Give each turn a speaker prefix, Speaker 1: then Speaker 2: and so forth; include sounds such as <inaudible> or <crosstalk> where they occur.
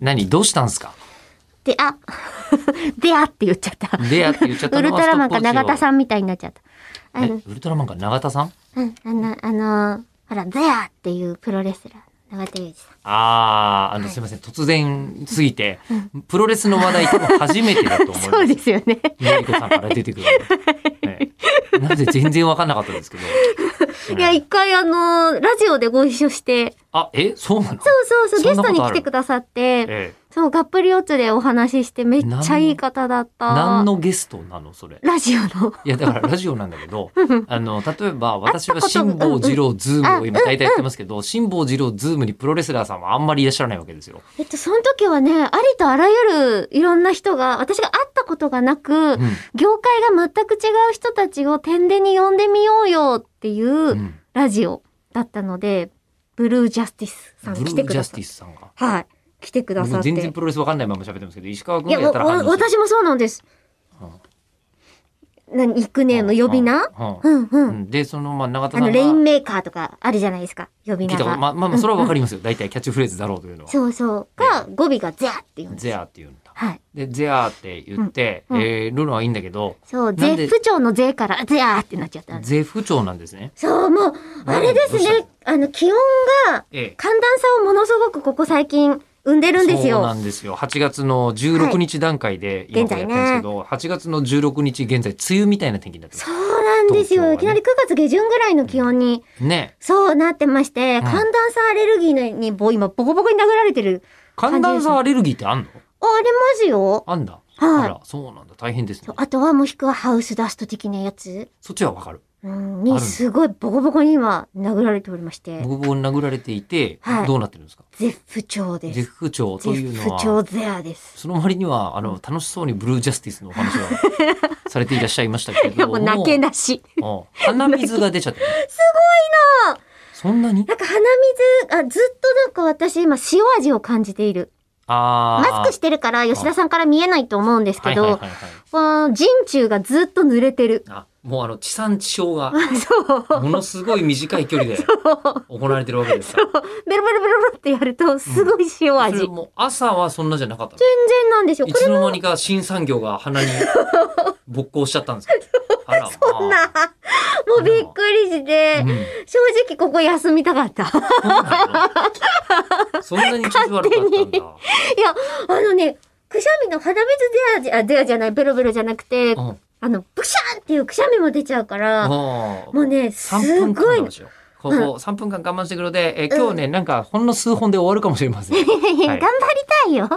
Speaker 1: 何どうしたんすか
Speaker 2: で、あ、 <laughs> であって言っちゃった。
Speaker 1: で
Speaker 2: <laughs>
Speaker 1: あって言っちゃった
Speaker 2: ウ
Speaker 1: の
Speaker 2: ル
Speaker 1: が
Speaker 2: トラマンか
Speaker 1: ストップウォッチを
Speaker 2: 永田さんみたいになっちゃった。あ
Speaker 1: え
Speaker 2: の、
Speaker 1: ウルトラマンか永田さん
Speaker 2: うん、あの、あのー、ほら、ゼアっていうプロレスラー、永田裕二さん。
Speaker 1: ああ、あの、すいません。突然すぎて、プロレスの話題多分初めてだと思います。
Speaker 2: そうですよね。
Speaker 1: 宮城子さんから出てくる。ええなぜ全然わかんなかったですけど。
Speaker 2: <laughs> いや、
Speaker 1: ええ
Speaker 2: 一回あのー、ラジオでご一緒して、
Speaker 1: あ、え、そうなの
Speaker 2: そうそうそう、
Speaker 1: そ
Speaker 2: ゲ
Speaker 1: んな
Speaker 2: ス
Speaker 1: こ
Speaker 2: ト
Speaker 1: と
Speaker 2: に
Speaker 1: あ
Speaker 2: 来
Speaker 1: る
Speaker 2: てくださって、
Speaker 1: ええ
Speaker 2: そう、がっぷり四つでお話しして、めっちゃいい方だった。
Speaker 1: 何のゲストなのそれ。
Speaker 2: ラジオの。
Speaker 1: いや、だからラジオなんだけ
Speaker 2: <laughs>
Speaker 1: ど、あの、例えば私は
Speaker 2: 会ったこと
Speaker 1: 辛坊二郎ズームを今
Speaker 2: あ
Speaker 1: 大体やってますけど、辛坊二郎ズームにプロレスラーさんはあんまりいらっしゃらないわけですよ。
Speaker 2: えっと、その時はね、ありとあらゆるいろんな人が、私が会ったことがな
Speaker 1: う
Speaker 2: く、
Speaker 1: ん。
Speaker 2: 業界が全く違う人たちを点でに呼んでみようよっていううんラジオだったので、ブルージャスティスさん
Speaker 1: ブル
Speaker 2: 来て
Speaker 1: ー
Speaker 2: く
Speaker 1: ジャ
Speaker 2: だ
Speaker 1: ス
Speaker 2: さ
Speaker 1: テ
Speaker 2: っ
Speaker 1: ィ
Speaker 2: て。
Speaker 1: スさんが。
Speaker 2: はい。来てくださっ
Speaker 1: 僕
Speaker 2: て。
Speaker 1: 全然
Speaker 2: い
Speaker 1: プロレスわかんないまま喋ってますけど、石川君
Speaker 2: や、
Speaker 1: がや
Speaker 2: わ
Speaker 1: ったら反
Speaker 2: わ
Speaker 1: 応する。
Speaker 2: 私もそうなんです。
Speaker 1: うん
Speaker 2: 何、ニックネーム、呼び名
Speaker 1: う
Speaker 2: うんんう。
Speaker 1: うんんで、その、まあ、永田さん
Speaker 2: あの、
Speaker 1: が。
Speaker 2: レインメーカーとかあるじゃないですか。呼び
Speaker 1: 聞
Speaker 2: 名
Speaker 1: いたこ
Speaker 2: が。
Speaker 1: とまあ、まあ、それはわかりますよ。大体キャッチフレーズだろうというのは。
Speaker 2: そうそう。が、語尾がゼアっていうんです。
Speaker 1: ゼアって言うんだ。
Speaker 2: はい。
Speaker 1: で、ゼアって言って、
Speaker 2: うんうん
Speaker 1: えールールはいいんだけど、
Speaker 2: そう、
Speaker 1: なんで
Speaker 2: ゼ不調のゼからゼアってなっちゃったんです。
Speaker 1: ゼ不調なんですね。
Speaker 2: そう、もう、あれです
Speaker 1: どうし
Speaker 2: ね。あの、気温が、
Speaker 1: ええ。
Speaker 2: 寒暖差をものすごくここ最近生んでるんです
Speaker 1: そうな
Speaker 2: よ。
Speaker 1: んですよ。8月の16日段階で、今
Speaker 2: 現
Speaker 1: これや
Speaker 2: 在
Speaker 1: っ
Speaker 2: ね
Speaker 1: てるんですけど、8月の16日現在、梅雨みたいな天気になってま
Speaker 2: そうなんですよ。い
Speaker 1: 東
Speaker 2: き
Speaker 1: 京は
Speaker 2: な
Speaker 1: ね
Speaker 2: り9月下旬ぐらいの気温に、
Speaker 1: す。ね。
Speaker 2: そうなってまして、
Speaker 1: ん
Speaker 2: 寒暖差アレルギーに、ぼ今、ボコボコに殴られてる。
Speaker 1: 寒暖差アレルギーってあんの
Speaker 2: あありますよ。
Speaker 1: あんだ。
Speaker 2: はい
Speaker 1: あら、そうなんだ。大変ですね
Speaker 2: そう。あとは、もしくはハウスダスト的なやつ、
Speaker 1: そっちはわかる。
Speaker 2: うん、
Speaker 1: あるん
Speaker 2: に、
Speaker 1: だ
Speaker 2: すごいボコボコに今、殴られておりまして
Speaker 1: ボ、コボコに殴られていて、
Speaker 2: はい
Speaker 1: どうなってるんですか
Speaker 2: 絶不調で
Speaker 1: ゼ
Speaker 2: す。
Speaker 1: 不調と
Speaker 2: 絶
Speaker 1: いうの
Speaker 2: 不
Speaker 1: は。
Speaker 2: 調ゼアです。
Speaker 1: その割には、あの、楽しそうにブルージャスティスのお話を
Speaker 2: <laughs>
Speaker 1: されていらっしゃいましたけれ
Speaker 2: いや、
Speaker 1: ど
Speaker 2: も
Speaker 1: も。
Speaker 2: う泣けなし。
Speaker 1: うん鼻水が出
Speaker 2: <laughs>
Speaker 1: ちゃった。すごい
Speaker 2: な
Speaker 1: そんなに
Speaker 2: なんか鼻水、あ、ずっとなんか私今塩味を感じている。
Speaker 1: あー
Speaker 2: マスクしてるから吉田さんから見えないと思うんですけ
Speaker 1: はいは
Speaker 2: ど
Speaker 1: い、はいはい
Speaker 2: この人中がずっと濡れてる。 <laughs>
Speaker 1: あ、もうあの、地産地消が、
Speaker 2: そう。
Speaker 1: ものすごい短い距離で行われてるわけ
Speaker 2: <laughs>
Speaker 1: ですから。
Speaker 2: ベロベロベロベロってやると、すごい塩味。
Speaker 1: それ
Speaker 2: 全
Speaker 1: もう朝はそんなじゃなかったの
Speaker 2: 然なんですよ。
Speaker 1: い
Speaker 2: こ
Speaker 1: つ
Speaker 2: れ
Speaker 1: の間にか新産業が
Speaker 2: <laughs>
Speaker 1: 鼻に勃興しちゃったんですかあら、まあ。
Speaker 2: もな、もうびっくりして
Speaker 1: うん、
Speaker 2: 正直ここ休みたかった。
Speaker 1: そうなのそんなに調子悪かったん
Speaker 2: 勝
Speaker 1: だ。
Speaker 2: 手いや、あのね、くしゃみの鼻水出味、あ、出味じゃない、ベロベロじゃなくて、
Speaker 1: うん。うん
Speaker 2: あの、ブシャンっていうくしゃみも出ちゃうから、もうね、す
Speaker 1: 3分間
Speaker 2: ごい
Speaker 1: 我慢、しようここ3分間我慢してくるので、えー今日ね、なんかほんの数本で終わるかもしれません。
Speaker 2: <laughs> 頑張りたいよ。